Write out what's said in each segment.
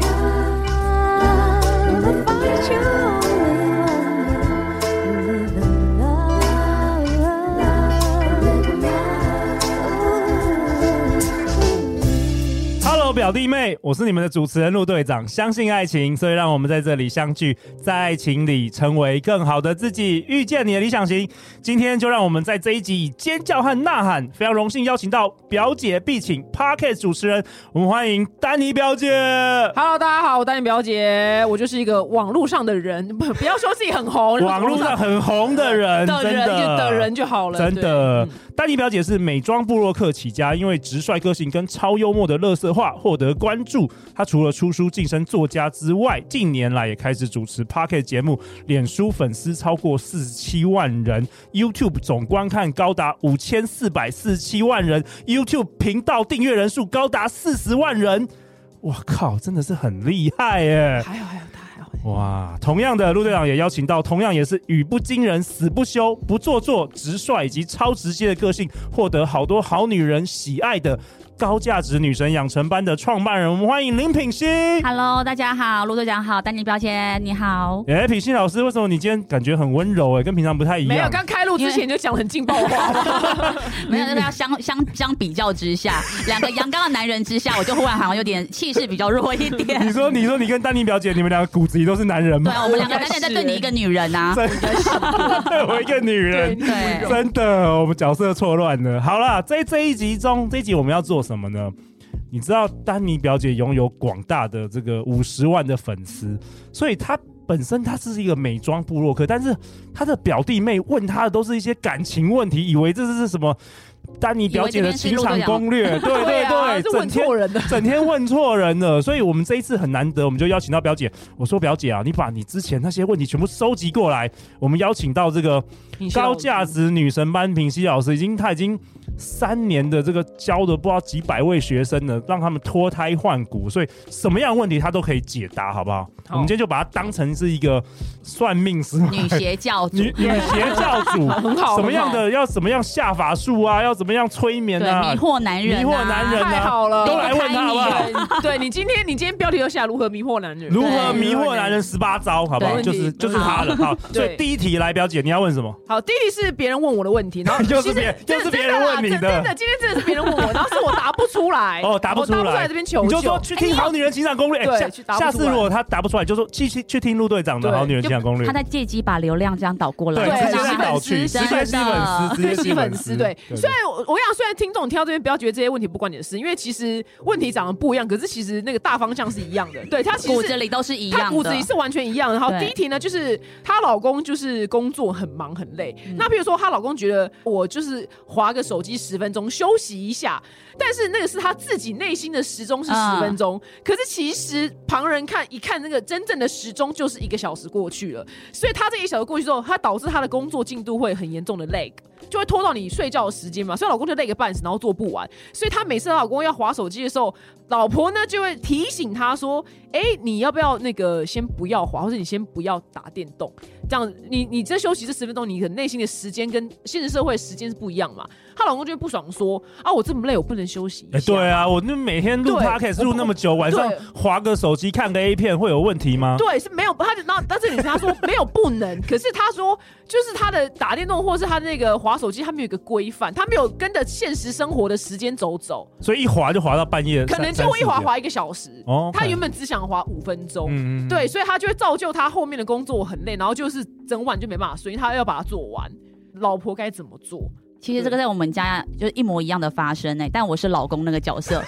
Love, find your only one. Live in love, live in love. Hello，表弟妹，我是你们的主持人陆队长。相信爱情，所以让我们在这里相聚，在爱情里成为更好的自己，遇见你的理想型。今天就让我们在这一集以尖叫和呐喊，非常荣幸邀请到表姐必请 Parket 主持人，我们欢迎丹妮表姐。 Hello，大家好，我丹妮表姐，我就是一个网络上的人， 不不要说自己很红，网络上很红的 人，的真人就的人就好了，真对嗯的，丹妮表姐是美妆部落客起家，因为直率个性跟超幽默的乐色话获得关注。她除了出书晋升作家之外，近年来也开始主持 p o c k e t 节目，脸书粉丝超过四十七万人，YouTube 总观看高达五千四百四十七万人，YouTube 频道订阅人数高达四十万人。哇靠，真的是很厉害耶！还好还好，他还好。哇，同样的，陆队长也邀请到同样也是语不惊人死不休、不做作、直率以及超直接的个性，获得好多好女人喜爱的高价值女神养成班的创办人，我们欢迎林品心。 Hello，大家好，陆队长好，丹尼表姐你好。哎、品心老师，为什么你今天感觉很温柔、哎，跟平常不太一没有，样。刚开录之前就讲得很劲爆啊话， 好不好没有，那要相 相相比较之下，两个阳刚的男人之下，我就忽然好像有点气势比较弱一 你点。说，你说你跟丹妮表姐，你们两个骨子里都是男人对吗？啊，我们两个男人在对你一个女人啊。 我一个女人。对 对，真的，我们角色错乱了。好啦，在这一集中，这一集我们要做什么呢？你知道丹妮表姐拥有广大的这个五十万的粉丝，所以她本身她是一个美妆部落客，但是她的表弟妹问她的都是一些感情问题，以为这是什么丹妮表姐的情场攻略，对对对，啊，是整问天错人的。整天问错人了，所以我们这一次很难得，我们就邀请到表姐。我说表姐啊，你把你之前那些问题全部收集过来，我们邀请到这个高价值女神班平西老师，已经她已经三年的这个教的不知道几百位学生了，让他们脱胎换骨，所以什么样的问题她都可以解答，好不好？好我们今天就把它当成是一个算命师吗。 女邪教主女，女邪教主 很好什么样很的要怎么样下法术啊？要怎么样催眠对，啊？迷惑男人啊，迷惑男人啊太好了都来问他好不好？对对你今天你今天标题都下如何迷惑男人，如何迷惑男人十八招，好不好？对就是就是他了。好，所以第一题来，表姐，你要问什么？好，第一题是别人问我的问题， 然后又是其实别人真又是真别人啦问你的真真的，今天真的是别人问我，然后是我答不出来，哦，答不出我来，这边求你救，就说去听《哎好女人情场攻略》对哎。去下答不出下来次如果他答不出来，就说去去去听陆队长的《对好女人情场攻略他》。在借机把流量这样导过来，啊对，直对接吸吸粉导丝去，直真接的吸粉丝，直接对，吸吸粉粉丝丝。嗯对，虽然我我想，虽然听众挑这边不要觉得这些问题不关你的事，因为其实问题长得不一样，可是其实那个大方向是一样的。对他其骨实子是里都是一他样骨子的里。是完全一样的。好，对第一题呢，就是她老公就是工作很忙很累。嗯那譬如说，她老公觉得我就是划个手机十分钟休息一下，但是那个是她自己内心的时嗯钟是十分钟，可是其实旁人看一看那个真正的时钟就是一个小时过去了，所以她这一小时过去之后，她导致她的工作进度会很严重的 lag。就会拖到你睡觉的时间嘛，所以老公就累个半死，然后做不完。所以她每次她老公要划手机的时候，老婆呢就会提醒他说：“哎、你要不要那个先不要滑，或者你先不要打电动？这样你你这休息这十分钟，你的内心的时间跟现实社会的时间是不一样嘛。”她老公就会不爽说：“啊，我这么累，我不能休息一哎，下。对啊，我那每天录对 podcast 录那么久，晚上对划个手机看个 A 片会有问题吗？对，是没有，他就那但是你跟他说没有不能， 可是他说就是他的打电动或是他那个划手机，他没有一个规范，他没有跟着现实生活的时间走走。所以一划就划到半夜三，可能就三会一滑四点。滑一个小时。哦他原本只想滑五分钟，嗯嗯嗯对，所以他就会造就他后面的工作很累，然后就是整晚就没办法睡，因为他要把它做完。老婆该怎么做？其实这个在我们家就是一模一样的发生呢，但我是老公那个角色。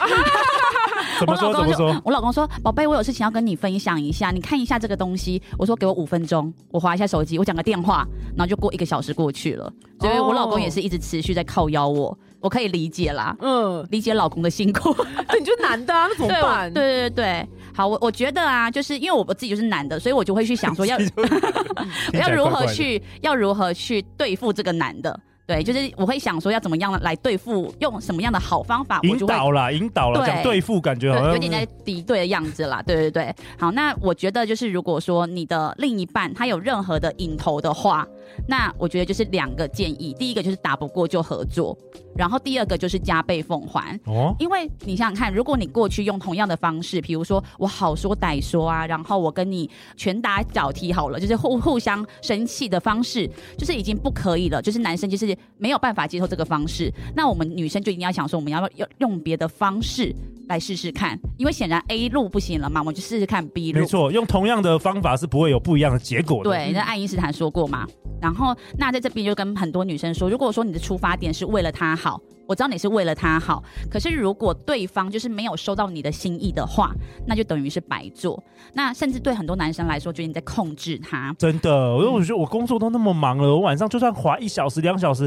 怎么说我怎么老公说 就？我老公说：“宝贝，我有事情要跟你分享一下，你看一下这个东西。”我说：“给我五分钟，我划一下手机，我讲个电话。”然后就过一个小时过去了，所以哦我老公也是一直持续在靠邀我，我可以理解啦， 嗯，理解老公的辛 苦。那你就男的啊，那怎么对我办？对对对对，好，我我觉得啊，就是因为我我自己就是男的，所以我就会去 想说要听起要来如怪怪何的去要如何去对付这个男的。对，就是我会想说要怎么样来对付，用什么样的好方法，我引就会导啦，引导啦，对讲对付，感觉好对，像有点在敌对的样子啦。对对对，好，那我觉得就是如果说你的另一半他有任何的瘾头的话，那我觉得就是两个建议，第一个就是打不过就合作，然后第二个就是加倍奉还。哦，因为你想想看，如果你过去用同样的方式，比如说我好说歹说啊，然后我跟你拳打脚踢好了，就是互互相生气的方式，就是已经不可以了，就是男生就是没有办法接受这个方式。那我们女生就一定要想说，我们要要用别的方式来试试看，因为显然 A 路不行了嘛，我们就试试看 B 路没。错，用同样的方法是不会有不一样的结果的。对，那爱因斯坦说过嘛。然后，那在这边就跟很多女生说，如果说你的出发点是为了他好，我知道你是为了他好，可是如果对方就是没有收到你的心意的话，那就等于是白做。那甚至对很多男生来说，觉得你在控制他。真的，我我觉得我工作都那么忙了，我晚上就算滑一小时、两小时，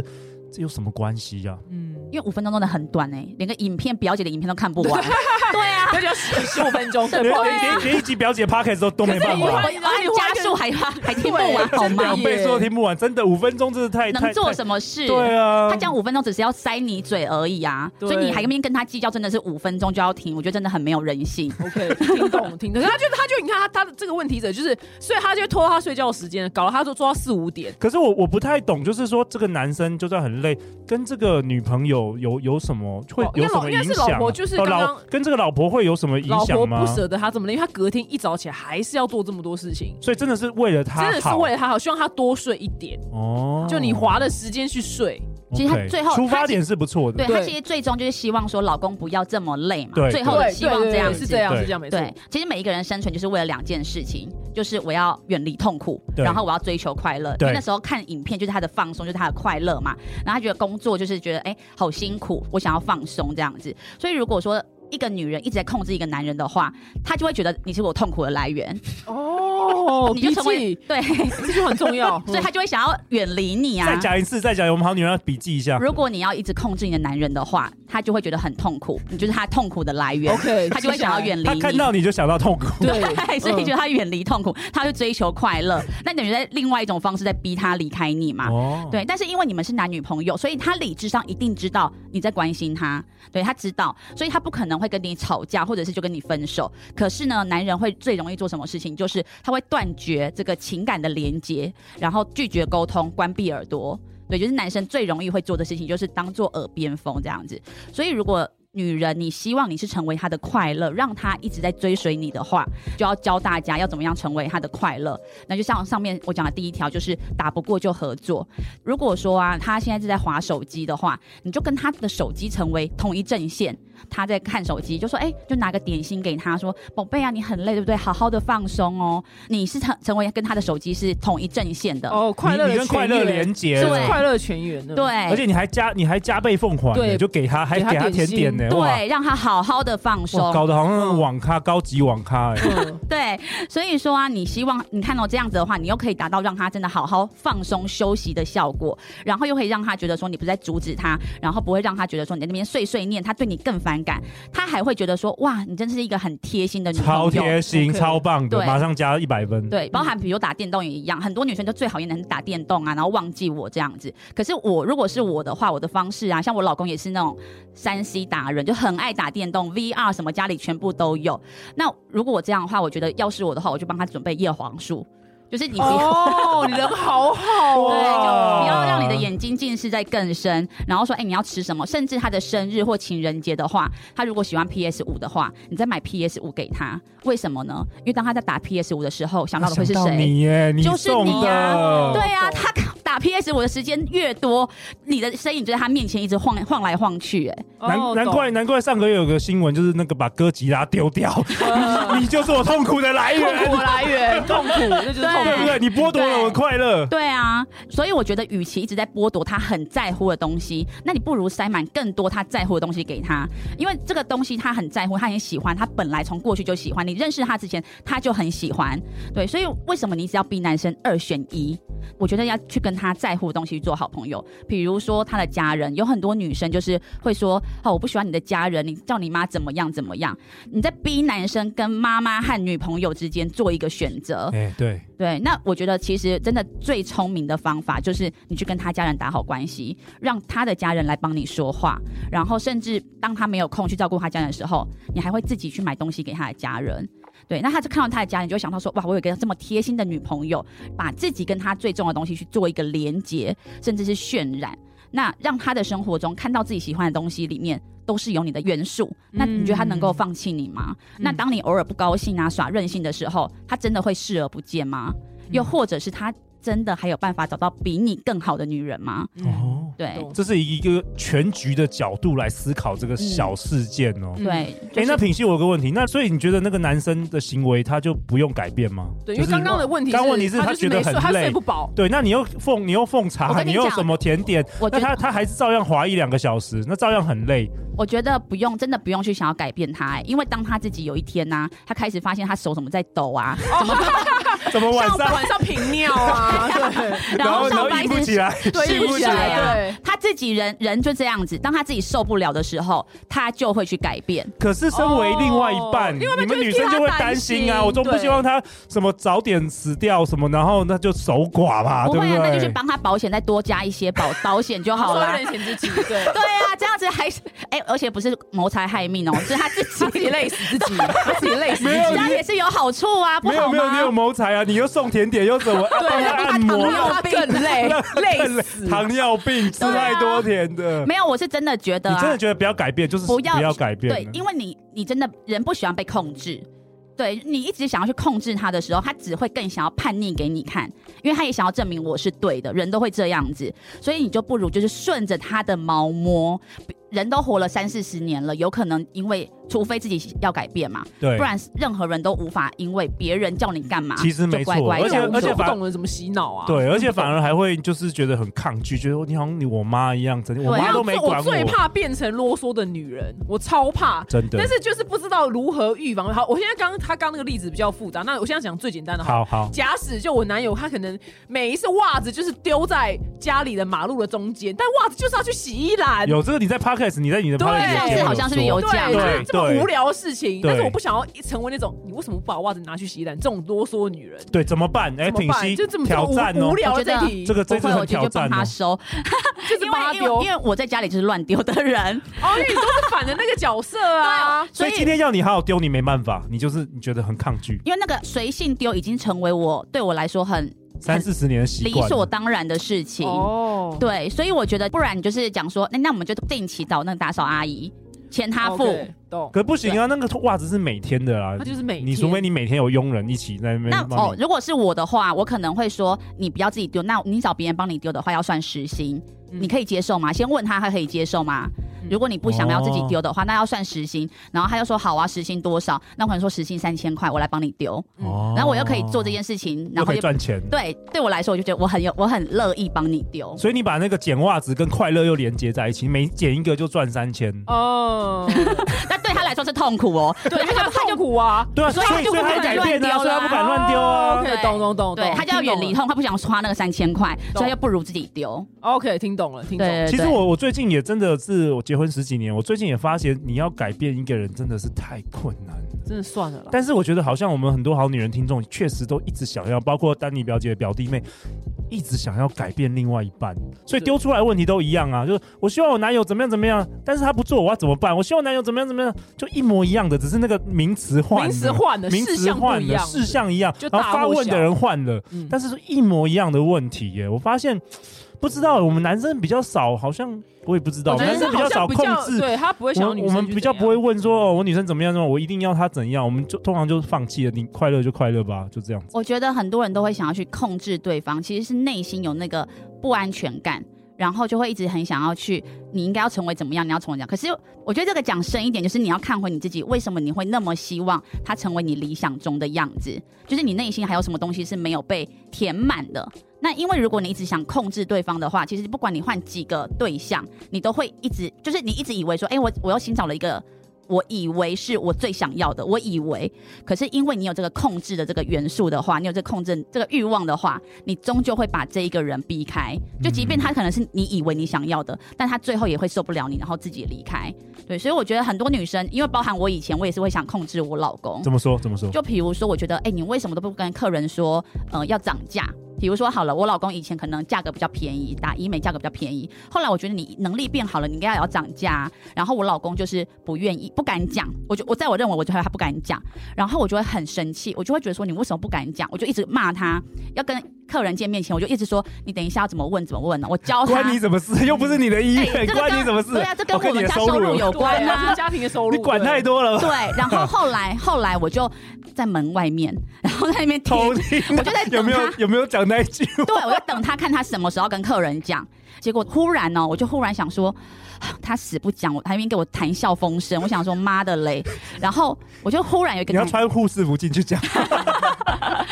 这有什么关系呀、嗯，因为五分钟真的很短哎、连个影片表姐的影片都看不完。 对啊，那就要十十五分钟，对不好意连思。连连一集表姐 p o d c a s t 都都没办可是你法花，我我加速还还听不完好真的吗两？倍说都听不完，真的五分钟真的太太能做什么事？太对啊，他讲五分钟只是要塞你嘴而已啊，对所以你还跟跟他计较，真的是五分钟就要停，我觉得真的很没有人性。 OK，听懂听懂。他就他就你看他他的这个问题者就是，所以他就拖他睡觉的时间，搞了他都做到四五点。可是我我不太懂，就是说这个男生就算很累，跟这个女朋友有有什么会哦因有为什老么因为影是响啊？老婆就是哦刚老刚跟这个老婆会有什么影老婆响吗不？舍得他怎么了？因为他隔天一早起来还是要做这么多事情，所以真的是为了他好，真的是为了他好，希望他多睡一点，哦，就你花的时间去睡。其实他 OK，最后出他发其点是不错的，对他对其实最终就是希望说老公不要这么累嘛，对最后好的对，希望对这样对子是这样对是这样没错。对，其实每一个人生存就是为了两件事情，就是我要远离痛苦，对然后我要追求快乐。因对为那时候看影片就是他的放松，就是他的快乐嘛。然后他觉得工作就是觉得哎、好辛苦，我想要放松这样子。所以如果说一个女人一直在控制一个男人的话，他就会觉得你是我痛苦的来源， 哦，你就笔成记为对，。这句话很重 要所以他就会想要远离你啊。再讲一次，再讲一次，我们好女人要笔记一下。如果你要一直控制你的男人的话，他就会觉得很痛苦，你就是他痛苦的来源 OK， 他就会想要远离他你。看到你就想到痛苦，对 嗯对， 所以觉得他远离痛苦，他会追求快乐。那等于在另外一种方式在逼他离开你嘛？哦，啊对，但是因为你们是男女朋友，所以他理智上一定知道你在关心他，对他知道，所以他不可能会跟你吵架，或者是就跟你分手。可是呢，男人会最容易做什么事情，就是他会断绝这个情感的连接，然后拒绝沟通，关闭耳朵。对，就是男生最容易会做的事情，就是当做耳边风这样子。所以如果女人，你希望你是成为她的快乐，让她一直在追随你的话，就要教大家要怎么样成为她的快乐。那就像上面我讲的第一条，就是打不过就合作。如果说啊，他现在是在划手机的话，你就跟他的手机成为同一阵线。他在看手机，就说：“哎、就拿个点心给他，说宝贝啊，你很累对不对？好好的放松哦。”你是成成为跟他的手机是同一阵线的，哦，快乐你的你跟全快乐员连结是了，对快乐嗯全员呢。对，，而且你还加你还加倍奉还，对你就给他还给他给他点甜心点呢，哇对，让他好好的放哇，松。搞得好像网咖高级网咖哎，嗯， 对，所以说啊，你希望你看到、这样子的话，你又可以达到让他真的好好放松休息的效果，然后又可以让他觉得说你不再阻止他，然后不会让他觉得说你在那边碎碎念，他对你更反感，他还会觉得说哇，你真是一个很贴心的女朋超友。贴心， OK 超棒的，对马上加一百分。对，包含比如打电动也一样，很多女生就最讨厌的是打电动啊，然后忘记我这样子。可是我如果是我的话，我的方式啊，像我老公也是那种三 C 达人，就很爱打电动，VR 什么家里全部都有。那如果我这样的话，我觉得要是我的话，我就帮他准备叶黄素，就是你不要、哦，你人好好对，哦哇，就不要让你的眼睛近视再更深。然后说，哎、你要吃什么？甚至他的生日或情人节的话，他如果喜欢 PS 五的话，你再买 PS 五给他。为什么呢？因为当他在打 PS 五的时候，想到的会是想到谁？你耶，你就是送你啊的，对啊，懂他打 PS 我的时间越多，你的身影就在他面前一直晃晃来晃去、哎， 哦难难怪难怪上个月有个新闻，就是那个把哥吉拉丢 掉，呃你就是我痛苦的 来痛苦源，的来源，痛苦，那就是痛对对不苦。对？你剥夺了我的快乐。对啊，所以我觉得，与其一直在剥夺他很在乎的东西，那你不如塞满更多他在乎的东西给他，因为这个东西他很在乎，他很喜欢，他本来从过去就喜欢，你认识他之前他就很喜欢，对，所以为什么你只要逼男生二选一？我觉得要去跟他在乎的东西做好朋友，比如说他的家人，有很多女生就是会说，哦，我不喜欢你的家人，你叫你妈怎么样怎么样，你在逼男生跟妈妈和女朋友之间做一个选择，哎，对，对，那我觉得其实真的最聪明的方法就是你去跟他家人打好关系，让他的家人来帮你说话，然后甚至当他没有空去照顾他家人的时候，你还会自己去买东西给他的家人。对，那他就看到他的家人，就会想到说，哇，我有一个这么贴心的女朋友，把自己跟他最重要的东西去做一个连接，甚至是渲染，那让他的生活中看到自己喜欢的东西里面。都是有你的元素，那你觉得他能够放弃你吗？那当你偶尔不高兴啊、耍任性的时候，他真的会视而不见吗？又或者是他真的还有办法找到比你更好的女人吗？嗯哦，对，懂这是一个全局的角度来思考这个小事件哦。嗯对，就哎、是那品熙，我有个问题，那所以你觉得那个男生的行为他就不用改变吗？对，因就为是刚刚的问题是，刚问题是他他就觉是得没睡很他累睡不饱。对，那你又奉你又奉我茶，跟你你又讲什么甜点？我觉那得他他还是照样滑一两个小时，那照样很 累。我觉得不用，真的不用去想要改变他、哎因为当他自己有一天呢、他开始发现他手怎么在抖啊，哦怎么 晚上晚上频尿 啊，对然后然上后班硬一不直起来，对，是硬不不是起啊来。对，他自己人人就这样子，当他自己受不了的时候，他就会去改变。可是身为另外一半，哦你另外一们半就会女生就会替他担担心心啊，我总不对希望他什么早点死掉什么，然后那就守寡吧，不对会啊，那就去对？帮他保险再多加一些保 保险就好好了了，。人前之己，对，对啊，这样子还是 哎、而且不是谋财害命哦，是他自己他 自己累死自己，他自己累死自 没己有。这样也是有好处啊，不没有好没有，你有吗？谋财啊！你又送甜点，又怎么帮他按摩？让 啊他更累，哎累死。糖尿病吃太多甜的，没有，我是真的觉得、你啊，真的觉得不要改变，就是不要改变了。对，因为你你真的人不喜欢被控制，对你一直想要去控制他的时候，他只会更想要叛逆给你看，因为他也想要证明我是对的，人都会这样子，所以你就不如就是顺着他的毛摸。人都活了三四十年了，有可能因为除非自己要改变嘛，对不然任何人都无法因为别人叫你干嘛，其实没就乖错乖而且做我而且就不反懂得怎么洗脑啊。对，而且反而还会就是觉得很抗拒，觉得你好像你我妈一样，真的，我对妈他都没我管最怕变成啰嗦的女人，我超怕。真的但。是就是不知道如何预防。好，我现在刚他刚那个例子比较复杂，那我现在讲最简单的。，好好，假使就我男友，他可能每一次袜子就是丢在家里的马路的中间，但袜子就是要去洗衣篮。有这个你在 podcast，你在你的 podcast 对上节次目好像是不是说有对，讲就是对这么对无聊的事情。对但是我不想要成为那种你为什么不把袜子拿去洗衣篮这种啰嗦的女人。对，怎么办？哎，怎么品办？析就这么这挑么战无哦无，聊我的觉得这题，这个这不次会，我很觉得挑就帮战哦他。收，就是因帮他为因丢。为因为我在家里就是乱丢的人，。哦，因为你都是反的那个角色啊所以今天要你好好丢，你没办法，你就是你觉得很抗拒，因为那个随性丢已经成为我对我来说很三四十年的习理惯了，所当然的事情。哦，对，所以我觉得，不然你就是讲说，哎那那我们就定期找那个打扫阿姨，钱她付。 OK，懂。可不行啊，那个袜子是每天的啊他，就是每你除非你每天有佣人一起在那那边帮哦，你，如果是我的话，我可能会说，你不要自己丢，那你找别人帮你丢的话，要算时薪，嗯你可以接受吗？先问他，他可以接受吗？嗯如果你不想要自己丢的话，那要算时薪，然后他就说好啊，时薪多少？那我可能说时薪三千块，我来帮你丢，嗯哦然后我又可以做这，件事情，然又后可以又赚钱，对对我来说，我就觉得我很有，我很乐意帮你丢。所以你把那个捡袜子跟快乐又连接在一起，每捡一个就赚三千。哦，那对他来说是痛苦哦， 对，他就他他就就苦啊，对啊，所所以所以他以就不他也改敢乱变啊，丢所以他啦不敢乱丢哦啊。 OK，对懂懂懂对懂，他就要听懂远离了。痛，他不想花那个三千块，懂所以他不如自己丢。 OK，听懂了，听懂了。对其实我我最近也真的是我结婚十几年，我最近也发现你要改变一个人真的是太困难了。真的算了啦。但是我觉得好像我们很多好女人听众确实都一直想要，包括丹妮表姐的表弟妹，一直想要改变另外一半，所以是丢出来的问题都一样啊，就是我希望我男友怎么样怎么样，但是他不做我要怎么办？我希望我男友怎么样怎么样，就一模一样的，只是那个名词换了，名词换了，名事词项不换一了，样，事项一样，就然大后发或问的小人换了，嗯但是是一模一样的问题耶。我发现不知道我们男生比较少，好像我也不知道，我我觉们得男生比较少好像控制，对他不会想我要女我生们去比较怎不会样问嗯说、哦我女生怎么样怎么样，我一定要她怎样，我们就通常就放弃了，你快乐就快乐吧，就这样子。我觉得很多人都会想要去控制对方，其实是内心有那个不安全感，然后就会一直很想要去，你应该要成为怎么样，你要成为怎样。可是我觉得这个讲深一点，就是你要看回你自己，为什么你会那么希望他成为你理想中的样子？就是你内心还有什么东西是没有被填满的？那因为如果你一直想控制对方的话，其实不管你换几个对象，你都会一直就是你一直以为说，哎、我我又新找了一个。我以为是我最想要的，我以为，可是因为你有这个控制的这个元素的话，你有这个控制这个欲望的话，你终究会把这一个人逼开。就即便他可能是你以为你想要的，但他最后也会受不了你，然后自己离开。对，所以我觉得很多女生，因为包含我以前，我也是会想控制我老公怎。么说？怎么说？就比如说，我觉得，哎、你为什么都不跟客人说，呃，要涨价？比如说好了，我老公以前可能价格比较便宜，打医美价格比较便宜。后来我觉得你能力变好了，你应该也要涨价啊。然后我老公就是不愿意，不敢讲。我就我在我认为我就他不敢讲，然后我就会很生气，我就会觉得说你为什么不敢讲？我就一直骂他。要跟客人见面前，我就一直说你等一下要怎么问怎么问呢、我教他。关你什么事？又不是你的医哦哎院，这个关你跟什么事？对啊，这跟哦我你们的家收收入入有关啊，啊是。家庭的收入，你管太多 了吧？对，然后后来后来我就在门外面，然后在那边听，偷听，我就在有等没有他。有没有讲那一句？对，我就等他看他什么时候跟客人讲。结果忽然呢、我就忽然想说， 啊他死不讲，我他一边给我谈笑风生，我想说妈的嘞。然后我就忽然有一个你要感穿护士服进去 讲，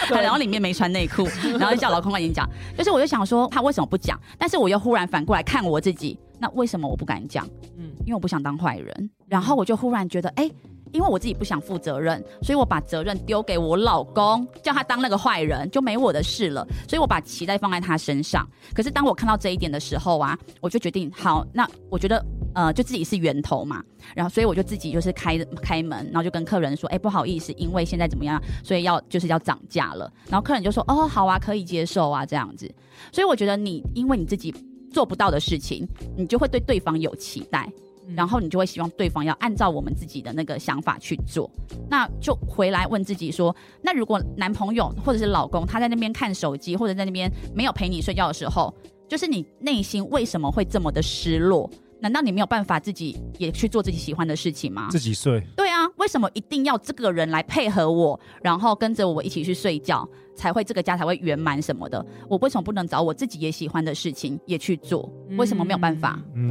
然后里面没穿内裤，然后就叫老公赶紧讲。就是我就想说他为什么不讲，但是我又忽然反过来看我自己，那为什么我不敢讲？嗯因为我不想当坏人。然后我就忽然觉得，哎、因为我自己不想负责任，所以我把责任丢给我老公，叫他当那个坏人，就没我的事了。所以我把期待放在他身上。可是当我看到这一点的时候啊，我就决定，好，那我觉得。呃，就自己是源头嘛，然后所以我就自己就是开开门，然后就跟客人说，哎、不好意思，因为现在怎么样，所以要就是要涨价了。然后客人就说，哦，好啊，可以接受啊，这样子。所以我觉得你因为你自己做不到的事情，你就会对对方有期待，嗯然后你就会希望对方要按照我们自己的那个想法去做。那就回来问自己说，那如果男朋友或者是老公他在那边看手机，或者在那边没有陪你睡觉的时候，就是你内心为什么会这么的失落？难道你没有办法自己也去做自己喜欢的事情吗？自己睡，对啊，为什么一定要这个人来配合我，然后跟着我一起去睡觉，才会这个家才会圆满什么的？我为什么不能找我自己也喜欢的事情也去做？为什么没有办法？？嗯，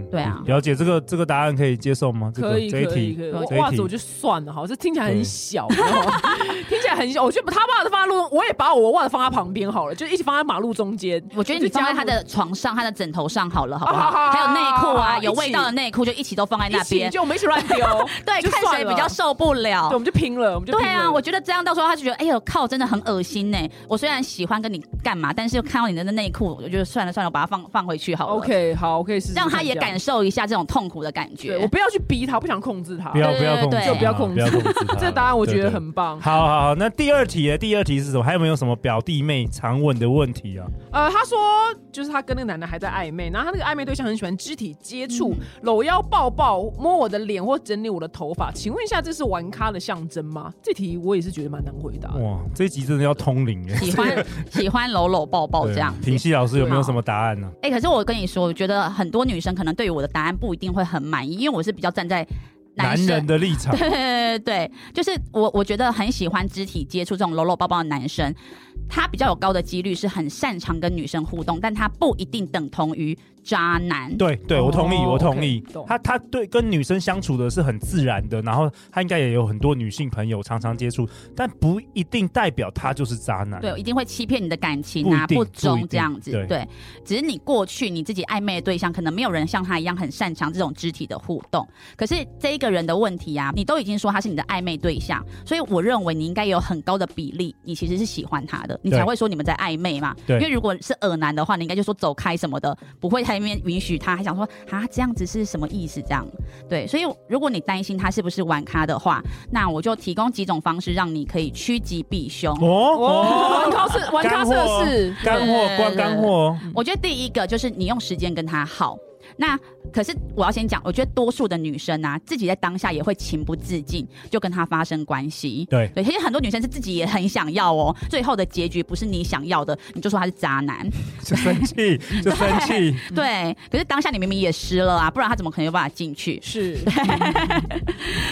嗯，对啊了解这个这个答案可以接受吗？这个可以这一可以题可以，我这一袜题子我就算了，好，这听起来对很小，你知道吗 听起来很小。我觉得他把袜子放在路中，我也把我袜子放在旁边好了，就一起放在马路中间。我觉得你就加放在他的床上、他的枕头上好了，好不 好？还有内裤啊，有味道的内裤就一起都放在一那起边。，就我们一起乱丢 对，就看算谁了比较，受不了对，我。们就拼了，我们就对拼啊，了我觉得这样到时候他就觉得，哎呦靠，真的很恶心呢、欸我虽然喜欢跟你干嘛，但是看到你的内裤，我就算了算了，我把它放放回去好了。 OK，好，我可以试试看让他也这样感。受一下这种痛苦的感觉。对我不要去逼他，不想控制他不。要对不要对控制对它，就不要控不要控制它。这个答案我觉对得对很棒。好好好，那第二题耶，第二题是什么？还有没有什么表弟妹常问的问题啊？呃，他说就是他跟那个男的还在暧昧，然后他那个暧昧对象很喜欢肢体接嗯触，搂腰抱抱，摸我的脸或整理我的头发。请问一下，这是玩咖的象征吗？这题我也是觉得蛮难回答的。哇，这一集真的要通灵 耶！喜欢喜欢搂搂抱哦抱这样对子平。西老师有没有什么答案呢？哎、可是我跟你说，我觉得很多女生可能对于我的答案不一定会很满意，因为我是比较站在男男生。人的立场， 对对对对，就是我我觉得很喜欢肢体接触这种搂搂抱抱的男生，他比较有高的几率是很擅长跟女生互动，但他不一定等同于渣男。对对，我同意，哦我同意 OK，懂。他他对跟女生相处的是很自然的，然后他应该也有很多女性朋友常常接触，但不一定代表他就是渣男。对，一定会欺骗你的感情啊，不一定不不一忠定这样子。对对，只是你过去你自己暧昧的对象，可能没有人像他一样很擅长这种肢体的互动。可是这一个人的问题啊，你都已经说他是你的暧昧对象，所以我认为你应该有很高的比例，你其实是喜欢他的，你对才会说你们在暧昧嘛。对因为如果是耳男的话，你应该就说走开什么的，不会还面允许他，还想说啊这样子是什么意思？这样对，所以如果你担心他是不是玩咖的话，那我就提供几种方式让你可以趋吉避凶。哦哦，哦，玩咖是玩咖测试，干货对光干货，我觉得第一个就是你用时间跟他耗。那可是我要先讲，我觉得多数的女生啊，自己在当下也会情不自禁就跟他发生关系。对对，其实很多女生是自己也很想要哦，最后的结局不是你想要的，你就说他是渣男。就生气就生气，对，可是当下你明明也湿了啊，不然他怎么可能有办法进去？是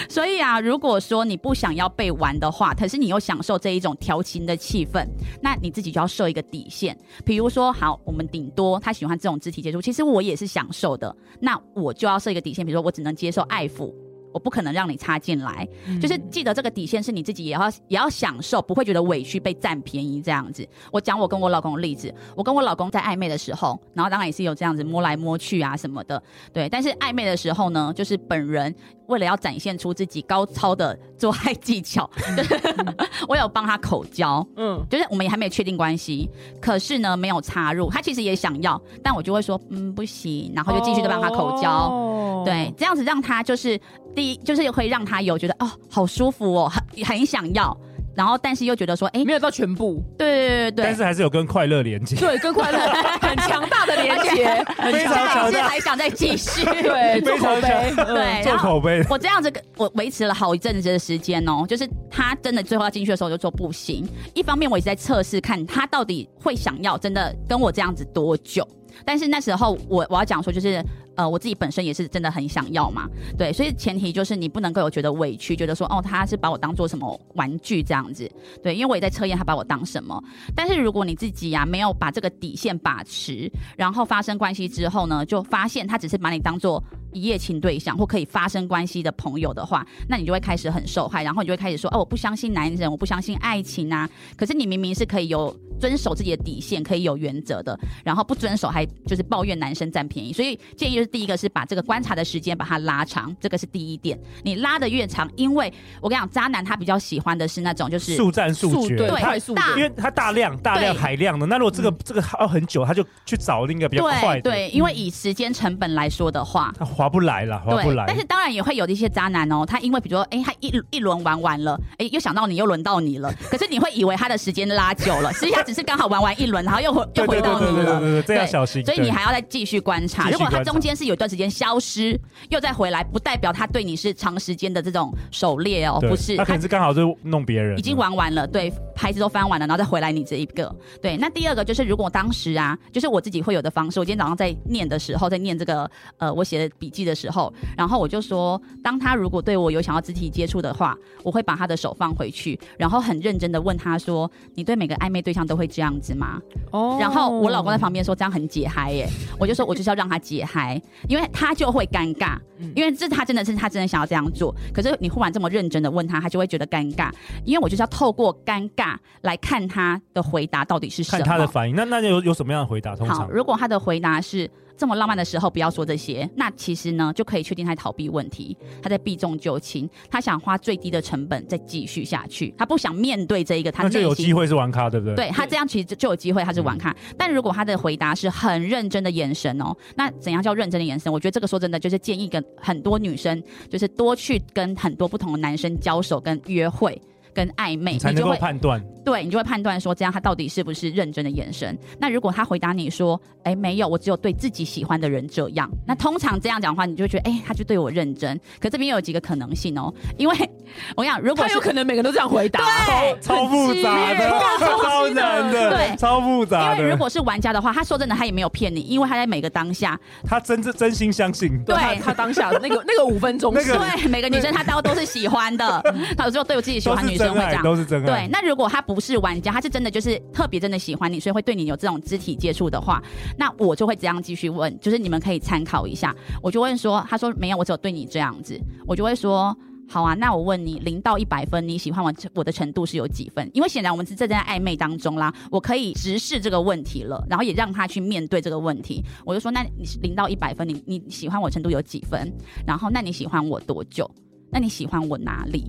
所以啊，如果说你不想要被玩的话，可是你又享受这一种调情的气氛，那你自己就要设一个底线。比如说，好，我们顶多他喜欢这种肢体接触，其实我也是享受的，那我就要设一个底线，比如说我只能接受爱抚。我不可能让你插进来，就是记得这个底线是你自己也要也要享受，不会觉得委屈被占便宜这样子。我讲我跟我老公的例子，我跟我老公在暧昧的时候，然后当然也是有这样子摸来摸去啊什么的，对。但是暧昧的时候呢，就是本人为了要展现出自己高超的做爱技巧，嗯 我有帮他口交，嗯，就是我们也还没有确定关系，可是呢没有插入，他其实也想要，但我就会说嗯不行，然后就继续的帮他口交。哦对，，这样子让他就是第一，就是会让他有觉得哦，好舒服哦，很很想要。然后但是又觉得说，哎、没有到全部， 对对对但对是还是有跟快乐连接。对，跟 快乐很强大的连而且接，很非对，常强大强大甚至还想再继续，对，做非常口碑，嗯强对，做然后口碑，我这样子跟我维持了好一阵子的时间哦，就是他真的最后要进去的时候，我就说不行。一方面我一直在测试看他到底会想要真的跟我这样子多久。但是那时候我我要讲说，就是呃，我自己本身也是真的很想要嘛，对，所以前提就是你不能够有觉得委屈，觉得说哦，他是把我当做什么玩具这样子，对，因为我也在测验他把我当什么。但是如果你自己呀、没有把这个底线把持，然后发生关系之后呢，就发现他只是把你当做一夜情对象或可以发生关系的朋友的话，那你就会开始很受害，然后你就会开始说，哦，我不相信男人，我不相信爱情啊。可是你明明是可以有遵守自己的底线，可以有原则的，然后不遵守还就是抱怨男生占便宜。所以建议就是第一个是把这个观察的时间把它拉长，这个是第一点。你拉的越长，因为我跟你讲，渣男他比较喜欢的是那种就是速战速速决，对他快速大因为它大量、大量、对嗯海量的。那如果这个这个要很久，他就去找另一个比较快对的，对，因为以时间成本来说的话，他划不来啦，划不对，来但。是当然也会有一些渣男哦，他因为比如说，哎，他一一轮玩完了，哎，又想到你，又轮到你了，可是你会以为他的时间拉久了，实 际他只是刚好玩完一轮，然后又回对又对回对到你对对对了。对，这要对小心。所以对你还要再继续观察。继续如果他观察中间是有一段时间消失，又再回来，不代表他对你是长时间的这种狩猎哦，对不是，他可能是刚好就弄别人了，已经玩完了，对，牌子都翻完了，然后再回来你这一个。对，那第二个就是，如果当时啊，就是我自己会有的方式，我今天早上在念的时候，在念这个呃我写的笔记的时候，然后我就说，当他如果对我有想要肢体接触的话，我会把他的手放回去，然后很认真的问他说，你对每个暧昧对象都会这样子吗？哦然后我老公在旁边说这样很解嗨耶，我就说我就是要让他解嗨，因为他就会尴尬嗯，因为这他真的是他真的想要这样做，可是你忽然这么认真的问他，他就会觉得尴尬，因为我就是要透过尴尬来看他的回答到底是什看么。他的反应。那那有有什么样的回答？通好，常如果他的回答是这么浪漫的时候不要说这些，那其实呢就可以确定他在逃避问题，他在避重就轻，他想花最低的成本再继续下去，他不想面对这一个他那就有内心机会是玩咖，对不对？嗯对他这样其实就就有机会他是玩咖，但如果他的回答是很认真的眼神哦，那怎样叫认真的眼神？我觉得这个说真的就是建议跟很多女生就是多去跟很多不同的男生交手、跟约会、跟暧昧，你才你能就够会判断。对你就会判断说这样他到底是不是认真的眼神。那如果他回答你说，哎，没有，我只有对自己喜欢的人这样，那通常这样讲话你就会觉得，哎，他就对我认真。可这边又有几个可能性哦，因为我想如果他是有可能每个人都这样回答，超超复杂的，超难的，对超复杂因为如的。果是玩家的话，他说真的，他也没有骗你，因为他在每个当下，他真真真心相信，对他他当下那个那个五分钟那是个对每个女生他都都是喜 欢的，他有时候对我自己喜都欢是女生真会这爱，都样。是真对爱。，那如果他不是玩家，他是真的就是特别真的喜欢你，所以会对你有这种肢体接触的话，那我就会这样继续问，就是你们可以参考一下。我就问说，他说没有，我只有对你这样子，我就会说。好啊，那我问你，零到一百分，你喜欢我我的程度是有几分？因为显然我们是正在暧昧当中啦，我可以直视这个问题了，然后也让他去面对这个问题。我就说，那你零到一百分，你你喜欢我程度有几分？然后，那你喜欢我多久？那你喜欢我哪里？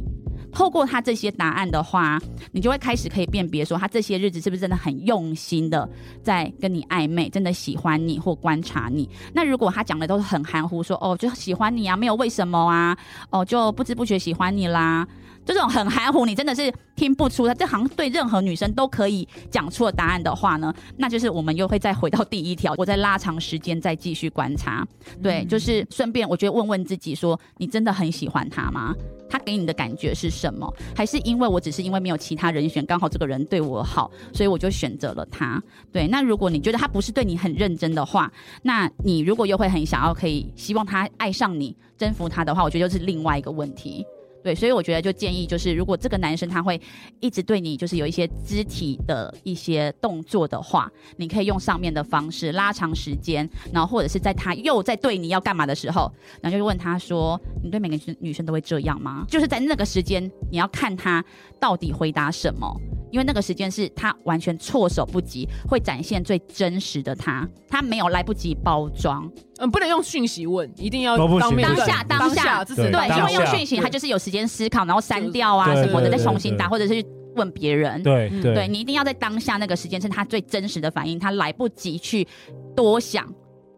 透过他这些答案的话，你就会开始可以辨别说，他这些日子是不是真的很用心的在跟你暧昧，真的喜欢你或观察你。那如果他讲的都是很含糊，说哦就喜欢你啊，没有为什么啊，哦就不知不觉喜欢你啦，这种很含糊，你真的是听不出他这好像对任何女生都可以讲出的答案的话呢，那就是我们又会再回到第一条，我再拉长时间再继续观察。对，就是顺便，我觉得问问自己说，你真的很喜欢他吗？他给你的感觉是什么？还是因为我只是因为没有其他人选，刚好这个人对我好，所以我就选择了他？对，那如果你觉得他不是对你很认真的话，那你如果又会很想要可以希望他爱上你、征服他的话，我觉得又是另外一个问题。对，所以我觉得就建议就是，如果这个男生他会一直对你就是有一些肢体的一些动作的话，你可以用上面的方式拉长时间，然后或者是在他又在对你要干嘛的时候，然后就问他说：“你对每个女生女生都会这样吗？”就是在那个时间，你要看他到底回答什么，因为那个时间是他完全措手不及，会展现最真实的他，他没有来不及包装。嗯，不能用讯息问，一定要都不行当面对当下对当当下下，这是对当对，因下为用讯息，对他就是有时间思考，然后删掉啊对什么的，对再对重新打，对或者是去问别人。对嗯对对，你一定要在当下那个时间是他最真实的反应，他来不及去多想。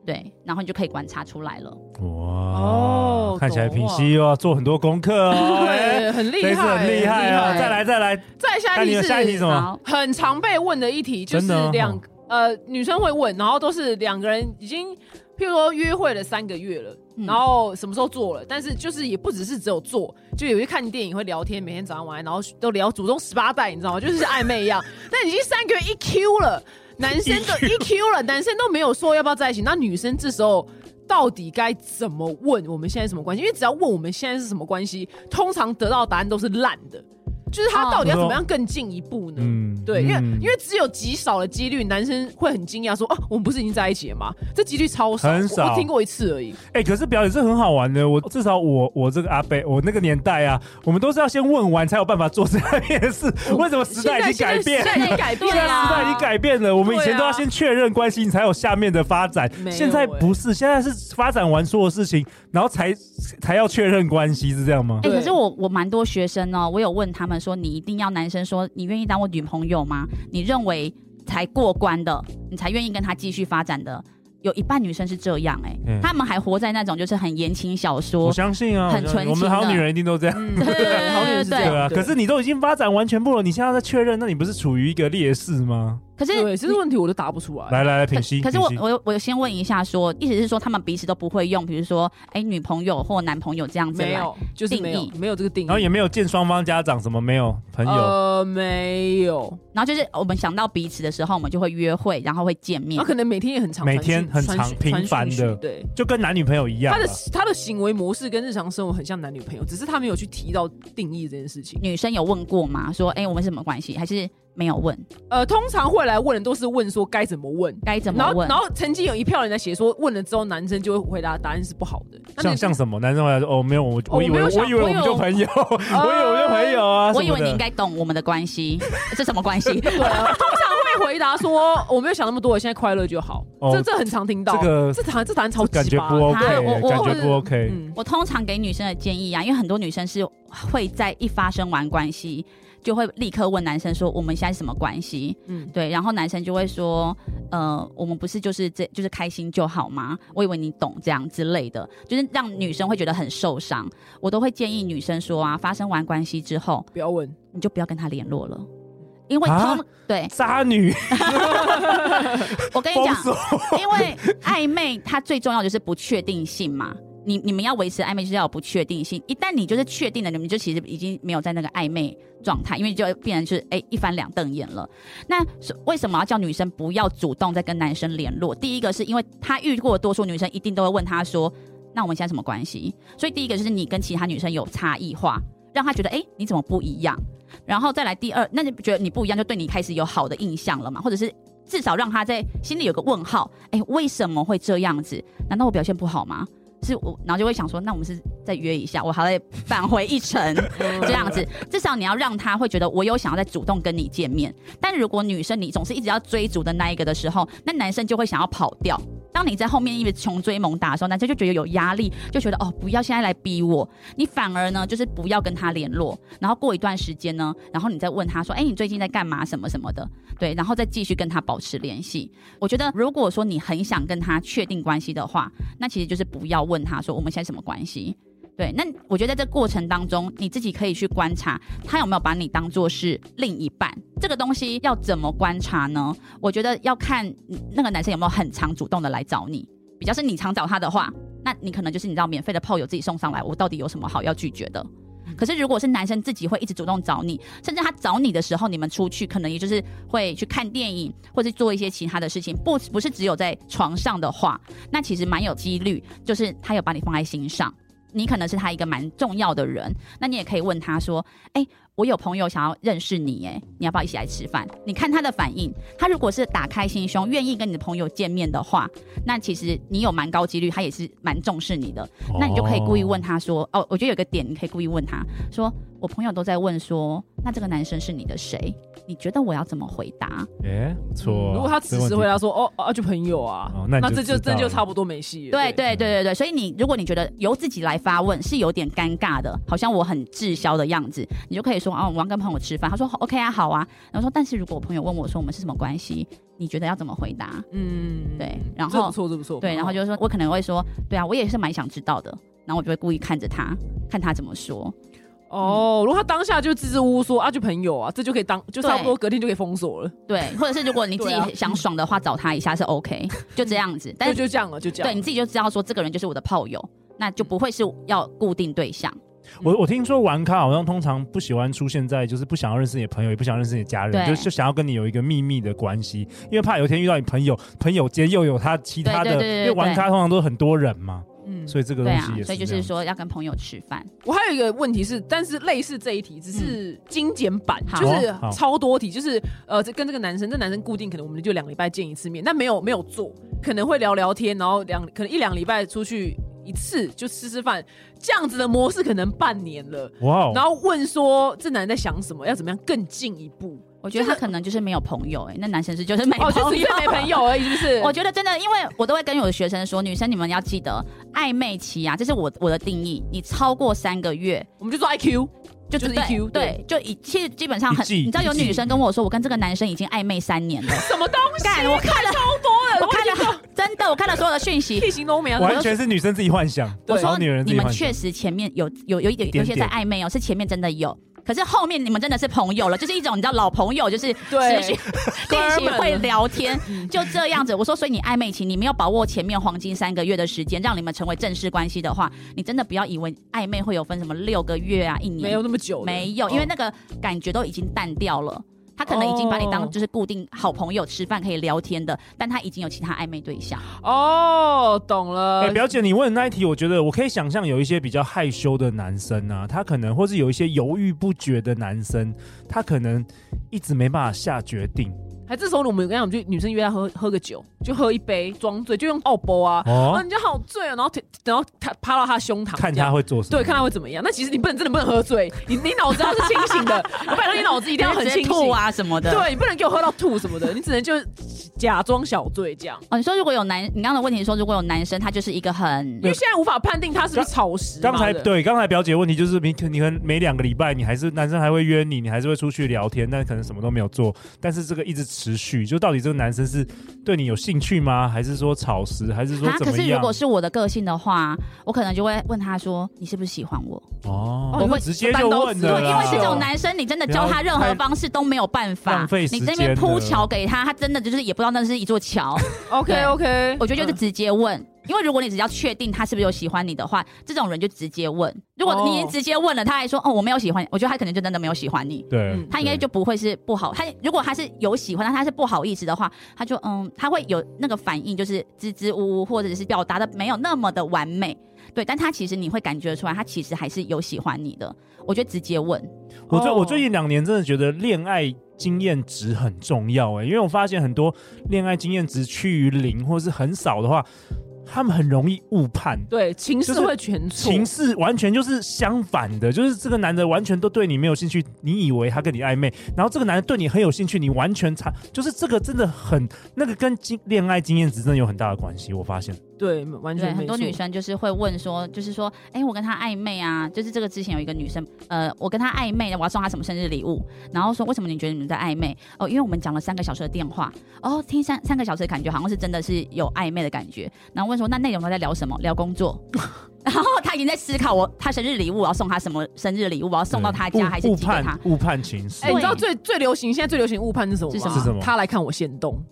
对，然后你就可以观察出来了。哇，哦看起来懂品哇析又要做很多功课哦，哎对，很厉这一害，次很厉害哦！厉害再来再来，再下那一你题们是下一题什么？好，很常被问的一题，就是真的哦两、呃女生会问，然后都是两个人已经，譬如说约会了三个月了，嗯然后什么时候做了，但是就是也不只是只有做，就有些看电影会聊天，每天早上晚安，然后都聊祖宗十八代，你知道吗？就是暧昧一样。但已经三个月一 Q 了，男生都一 Q 了，男生都没有说要不要在一起，那女生这时候。到底该怎么问我们现在是什么关系？因为只要问我们现在是什么关系，通常得到的答案都是烂的，就是他到底要怎么样更进一步呢？嗯对，因为、嗯因为只有极少的几率，男生会很惊讶说：“哦、我们不是已经在一起了吗？”这几率超少，很少我，我听过一次而已。哎、可是表演是很好玩的。我至少我我这个阿贝，我那个年代啊，我们都是要先问完才有办法做这件 事。为什么时代已经改变？现在现在已经改 变现在了、时代已经改变了，我们以前都要对啊先确认关系，你才有下面的发展。没有欸现在不是，现在是发展完所有事情，然后才才要确认关系，是这样吗？哎、对可是我我蛮多学生哦，我有问他们说，你一定要男生说你愿意当我女朋友吗？你认为才过关的，你才愿意跟他继续发展的，有一半女生是这样哎、嗯他们还活在那种就是很言情小我说，相信啊，很我相信纯情我们好的女人一定都这样。嗯，对对，好女人是这对样对啊，对可是你都已经发展完全部了，你现在要再确认，那你不是处于一个劣势吗？可是对，这个问题我都答不出来。来来来，可品析，可是我品析我有我有先问一下说，意思是说他们彼此都不会用，比如说哎、女朋友或男朋友这样子没来，有，就是没有定，义没有这个定义。然后也没有见双方家长，什么没有朋友，呃，没有，然后就是我们想到彼此的时候，我们就会约会，然后会见面他。哦可能每天也很长，每天很长传讯频繁的传讯息对。就跟男女朋友一样他啊。的他的行为模式跟日常生活很像男女朋友，只是他没有去提到定义这件事情。女生有问过吗？说哎、我们是什么关系？还是没有问？呃，通常会来问的都是问说该怎么问，该怎然么后问？然后曾经有一票人在写说问了之后，男生就会回答答案是不好的。那像你像什么男生回来说哦没有我我以为我没有我想哦以为我们就朋友，我以为我们就朋友啊，我什以么为的你应该懂我们的 关系，是什么关系？ 对啊，通常会回答说我没有想那么多，我现在快乐就好。哦这这很常听到，这个这答这答案超级感觉巴不他我 OK，我感啊或觉者是不 OK。嗯，我通常给女生的建议啊，因为很多女生是会在一发生完关系，就会立刻问男生说我们现在是什么关系？嗯嗯，对，然后男生就会说，呃，我们不是就是这就是开心就好吗？我以为你懂这样之类的，就是让女生会觉得很受伤。我都会建议女生说啊，发生完关系之后，不要 问。你就不要跟他联络了。因为通、啊对渣女哎我跟你封讲，锁， 因为暧昧它最重要就是不确定性嘛。你你们要维持暧昧就是要有不确定性，一旦你就是确定了，你们就其实已经没有在那个暧昧状态，因为就变成就是哎、一翻两瞪眼了。那是为什么要叫女生不要主动再跟男生联络？第一个是因为他遇过的多数女生一定都会问他说，那我们现在什么关系？所以第一个就是你跟其他女生有差异化，让他觉得哎、你怎么不一样？然后再来第二，那就觉得你不一样，就对你开始有好的印象了嘛，或者是至少让他在心里有个问号，哎、为什么会这样子？难道我表现不好吗？是我，然后就会想说，那我们是再约一下，我还得返回一程这样子。至少你要让他会觉得我有想要再主动跟你见面。但如果女生你总是一直要追逐的那一个的时候，那男生就会想要跑掉。当你在后面一直穷追猛打的时候，男生就觉得有压力，就觉得哦，不要现在来逼我，你反而呢就是不要跟他联络，然后过一段时间呢，然后你再问他说，哎、你最近在干嘛什么什么的，对，然后再继续跟他保持联系。我觉得如果说你很想跟他确定关系的话，那其实就是不要问他说我们现在什么关系。对，那我觉得在这过程当中，你自己可以去观察他有没有把你当做是另一半。这个东西要怎么观察呢？我觉得要看那个男生有没有很常主动的来找你，比较是你常找他的话，那你可能就是你知道免费的炮友自己送上来，我到底有什么好要拒绝的？可是如果是男生自己会一直主动找你，甚至他找你的时候，你们出去可能也就是会去看电影或者做一些其他的事情，不不是只有在床上的话，那其实蛮有几率就是他有把你放在心上。你可能是他一个蛮重要的人，那你也可以问他说：“哎、我有朋友想要认识你，哎，你要不要一起来吃饭？”你看他的反应，他如果是打开心胸，愿意跟你的朋友见面的话，那其实你有蛮高几率，他也是蛮重视你的。那你就可以故意问他说：“哦，我觉得有个点，你可以故意问他说，我朋友都在问说，那这个男生是你的谁？你你觉得我要怎么回答？哎，不错。如果他此时回答说哦哦、啊就朋友啊，哦那那你就这就知道这就了差不多没戏了。对对对对对，所以你如果你觉得由自己来发问是有点尴尬的，好像我很滞销的样子，你就可以说啊，我要跟朋友吃饭，他说 OK 啊，好啊，然后说但是如果我朋友问我说我们是什么关系，你觉得要怎么回答？嗯，对然这后不错，这不错，对，然后就是说我可能会说，对啊，我也是蛮想知道的，然后我就会故意看着他，看他怎么说。哦，如果他当下就支支吾吾说啊就朋友啊，这就可以当就差不多隔天就可以封锁了，对，或者是如果你自对啊己想爽的话，找他一下是 OK，就这样子。但 就是就这样了，就这对样你。自己就知道说这个人就是我的炮友，那就不会是要固定对象。我我听说玩咖好像通常不喜欢出现在就是不想要认识你的朋友，也不想认识你的家人，对就就想要跟你有一个秘密的关系，因为怕有一天遇到你朋友，朋友间又有他其他的，对对对对对因为玩咖通常都是很多人嘛，嗯，所以这个对东啊西也，是所以就这是样。说要跟朋友吃饭。我还有一个问题是，但是类似这一题，只是精简版，嗯好就是好超多题，就是呃，这跟这个男生，这男生固定可能我们就两个礼拜见一次面，但没有没有做，可能会聊聊天，然后两可能一两礼拜出去一次就吃吃饭，这样子的模式可能半年了，哇然哦，后问说这男人在想什么，要怎么样更进一步，我觉得他可能就是没有朋友、哎，那男生是就是没朋哦，友。就只是没朋友而已，是不是？ 我觉得真的，因为我都会跟我的学生说，女生你们要记得暧昧期啊，这是我我的定义。你超过三个月我们就做 IQ，就就是 E 对 EQ，对，就已其实基本上很，一季你知道有一季女生跟我说，我跟这个男生已经暧昧三年 了，什么东西？干我看了超多的，我看了真的，我看了所有的讯息，屁行都没有。完全是女生自己幻想，我小说女人自你己们幻想确。实前面有有有一点有点些在暧昧哦，是前面真的有。可是后面你们真的是朋友了，就是一种你知道老朋友，就是对持续 哥定们期会 聊天，就这样子。我说，所以你暧昧期，你没有把握前面黄金三个月的时间，让你们成为正式关系的话，你真的不要以为暧昧会有分什么六个月啊、一年，没有那么久的，没有，因为那个感觉都已经淡掉了。他可能已经把你哦当就是固定好朋友吃饭可以聊天的，但他已经有其他暧昧对象。哦，懂了哎、。表姐，你问的那一题，我觉得我可以想象有一些比较害羞的男生啊，他可能或是有一些犹豫不决的男生，他可能一直没办法下决定还这时候我们跟我们就女生约他喝喝个酒，就喝一杯装醉，就用奥波啊，哦啊，，你就好醉啊，然后腿然后他趴到他胸膛，看这样他会做什么。对，看他会怎么样。那其实你不能真的不能喝醉，你你脑子要是清醒 的，我拜托你脑子一一定要很清吐醒。啊什么的。对，你不能给我喝到吐什么的，你只能就是假装小醉这样，哦，你说如果有男，你刚刚的问题说如果有男生，他就是一个很啊因为现在无法判定他是不是草食嘛。刚才对不对对，刚才表姐的问题就是你可你可能每两个礼拜你还是男生还会约你，你还是会出去聊天，但可能什么都没有做。但是这个一直持续，就到底这个男生是对你有兴趣吗？还是说草食？还是说啊，怎可么是如样？果是我的个性的话，我可能就会问他说你是不是喜欢我？哦，我会直接就问对的对，啦，因为这种男生你真的教他任何方式都没有办法浪，费时你间在那边铺桥给他，他真的就是也不知道那是一座 桥。 ，OK OK，我觉得就是直接问。因为如果你只要确定他是不是有喜欢你的话，这种人就直接问。如果你已经哦直接问了，他还说哦我没有喜欢你，我觉得他可能就真的没有喜欢你。对，嗯他应该就不会是不好。他如果他是有喜欢，但他是不好意思的话，他就嗯，他会有那个反应，就是支支吾吾，或者是表达的没有那么的完美。对，但他其实你会感觉出来，他其实还是有喜欢你的。我觉得直接问，我最、哦我最近两年真的觉得恋爱经验值很重要哎、因为我发现很多恋爱经验值趋于零或是很少的话，他们很容易误判。对情势就是会全错，情势完全就是相反的，就是这个男的完全都对你没有兴趣，你以为他跟你暧昧，然后这个男的对你很有兴趣，你完全差，就是这个真的很那个跟经恋爱经验值真的有很大的关系，我发现。对完对全很没多错女生就是会问说，就是说，哎，我跟他暧昧啊，就是这个之前有一个女生，呃，我跟他暧昧，我要送他什么生日礼物，然后说为什么你觉得你们在暧昧？哦，因为我们讲了三个小时的电话，哦，听三三个小时的感觉好像是真的是有暧昧的感觉，然后问说那内容都在聊什么？聊工作。 然后他已经在思考我他生日礼物我要送他什么生日礼物，我要送到他对家还是误误寄给他判？误判情势哎、你知道对最最流行现在最流行误判是什么吗？是什么是什么他来看我先动，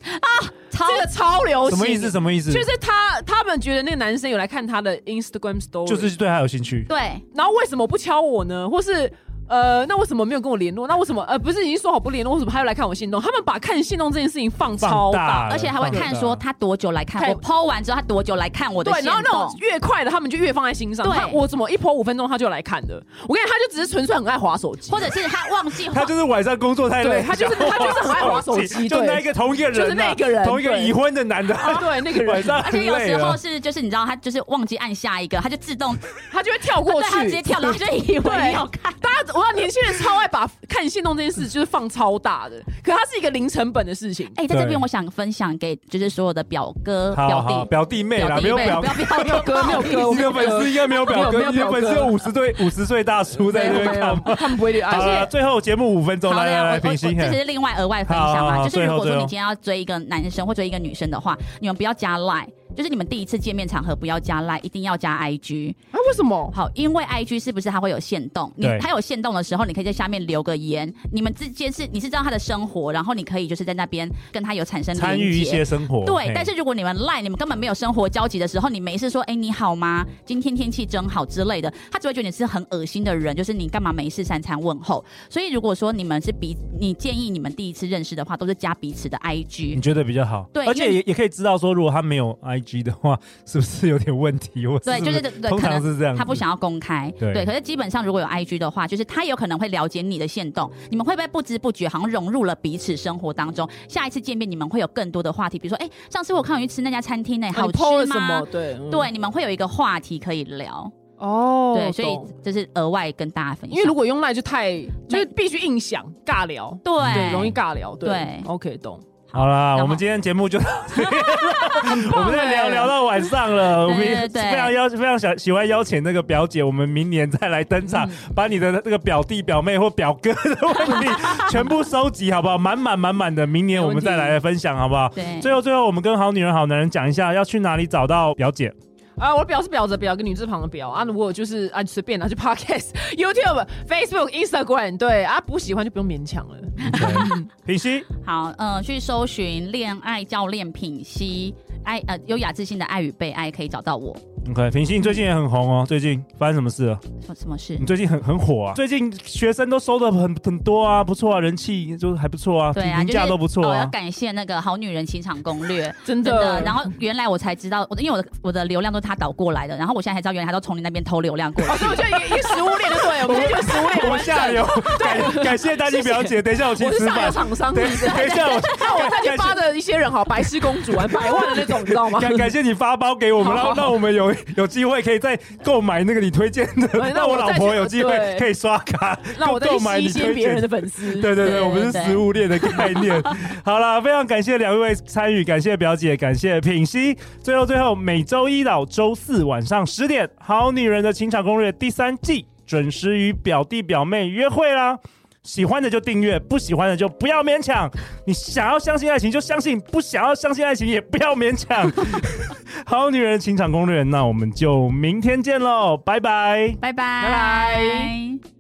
超 这个超流行。什么意思？什么意思？就是他他们觉得那个男生有来看他的 Instagram story，就是对他有兴趣。对，然后为什么不敲我呢？或是呃，那为什么没有跟我联络？那为什么呃不是已经说好不联络，为什么还要来看我行动？他们把看行动这件事情放超放大而且还会看说他多久来看看我，PO 完之后他多久来看我的对，限然后那动种越快的，他们就越放在心上。对他我怎么一泼五分钟他就来看的？我跟你讲，他就只是纯粹很爱划手机，或者是他忘记他换就是晚上工作太累，对他就是他就是很爱滑手机就对那一个同一个人啊，就是那一个人同一个对已婚的男的，啊对那个人晚上而很且有累啊时候了。是就是你知道他就是忘记按下一个，他就自动 他就会跳过对他去，直接跳，然后就以为对要看。大家那我要年轻人超爱把看线动这件事就是放超大的，可它是一个零成本的事情。哎、在这对边我想分享给就是所有的表哥、好表好，弟、表弟妹啦，没有表不要不要哎没有哥没有哥 我们有粉丝应该没有表没哥，有你没有的表哥粉丝有五十岁五十岁大叔在这边看吗？他们不会好了，而且最后节目五分钟， 好来的，来我来，我我平这心。是另外额外分好享好嘛，好就是如果最说后你今天要追一个男生或追一个女生的话，你们不要加 Line，就是你们第一次见面场合不要加 Line，一定要加 IG。啊，为什么？好，因为 IG 是不是它会有限动？你对它有限动的时候，你可以在下面留个言。你们之间是你是知道他的生活，然后你可以就是在那边跟他有产生参连与一结些生活，对嘿，但是如果你们赖，你们根本没有生活交集的时候，你没事说，哎、你好吗？今天天气真好之类的，他只会觉得你是很恶心的人，就是你干嘛没事三餐问候。所以如果说你们是彼，你建议你们第一次认识的话，都是加彼此的你 IG。觉得比较好，对而因且为也也可以知道说，如果他没有 IG 的话，是不是有点问题？我对，就是不 对，通可常能是这样子，他不想要公开，对可是基本上如果有 IG 的话，就是他有可能会了解你的限动，你们会不会不知不觉好像融入了彼此生活当中？下一次见面你们会有更多的话题，比如说，哎、上次我看你去吃那家餐厅呢、啊好你 po 了吃什吗么？？对嗯对，你们会有一个话题可以聊。哦，对，所懂以这是额外跟大家分享。因为如果用赖就太就是必须硬想尬聊，对对，容易尬聊，对对，OK，懂。好啦，然后我们今天节目就到这里，我们在聊聊到晚上了。我们也欸对对对非常邀非常想喜欢邀请那个表姐，我们明年再来登嗯场，把你的这个表弟、表妹或表哥的问题全部收集，好不好？满满满满的，明年我们再来分享，好不好？对最后最后，我们跟好女人、好男人讲一下，要去哪里找到表 姐？啊，我的表是表着表跟女字旁的表啊，如果就是啊随便拿去 Podcast、YouTube、Facebook、Instagram，对啊，不喜欢就不用勉强了。。对平息，好，嗯、去搜寻恋爱教练品析爱呃优雅自信的爱与被爱，可以找到我。 OK，平息，你最近也很红哦，最近发生什么事了？什什么事你？最近很很火啊，最近学生都收的很很多啊，不错啊，人气就是还不错啊，对啊，评就是价都不错哦要啊。感谢那个《好女人情场攻略》真的真的，然后原来我才知道，我的因为我的我的流量都是他导过来的，然后我现在才知道，原来他都从你那边偷流量过来哦，。所以我觉得一个食物链就 对了，我们就食物链我完们下整。游，感感谢丹妮表姐，等一下我去我是吃上游饭。厂商，等是不是等一下我， 那我再去发的一些人，好，白痴公主啊，百万的那种，你知道吗？感感谢你发包给我们，好好让让我们有有机会可以再购买那个你推荐的，哎那让我我老再去婆有机会对可以刷卡让我再去购买吸你一些推别人荐的。粉丝。 对对对，对我们是对食物链的概念。好了，非常感谢两位参与，感谢表姐，感谢品析。最后最后，每周一到周四晚上十点，《好女人的情场攻略》第三季准时与表弟表妹约会啦。喜欢的就订阅，不喜欢的就不要勉强。你想要相信爱情就相信，不想要相信爱情也不要勉强。 好女人的情场攻略，那我们就明天见喽，拜拜。拜拜拜拜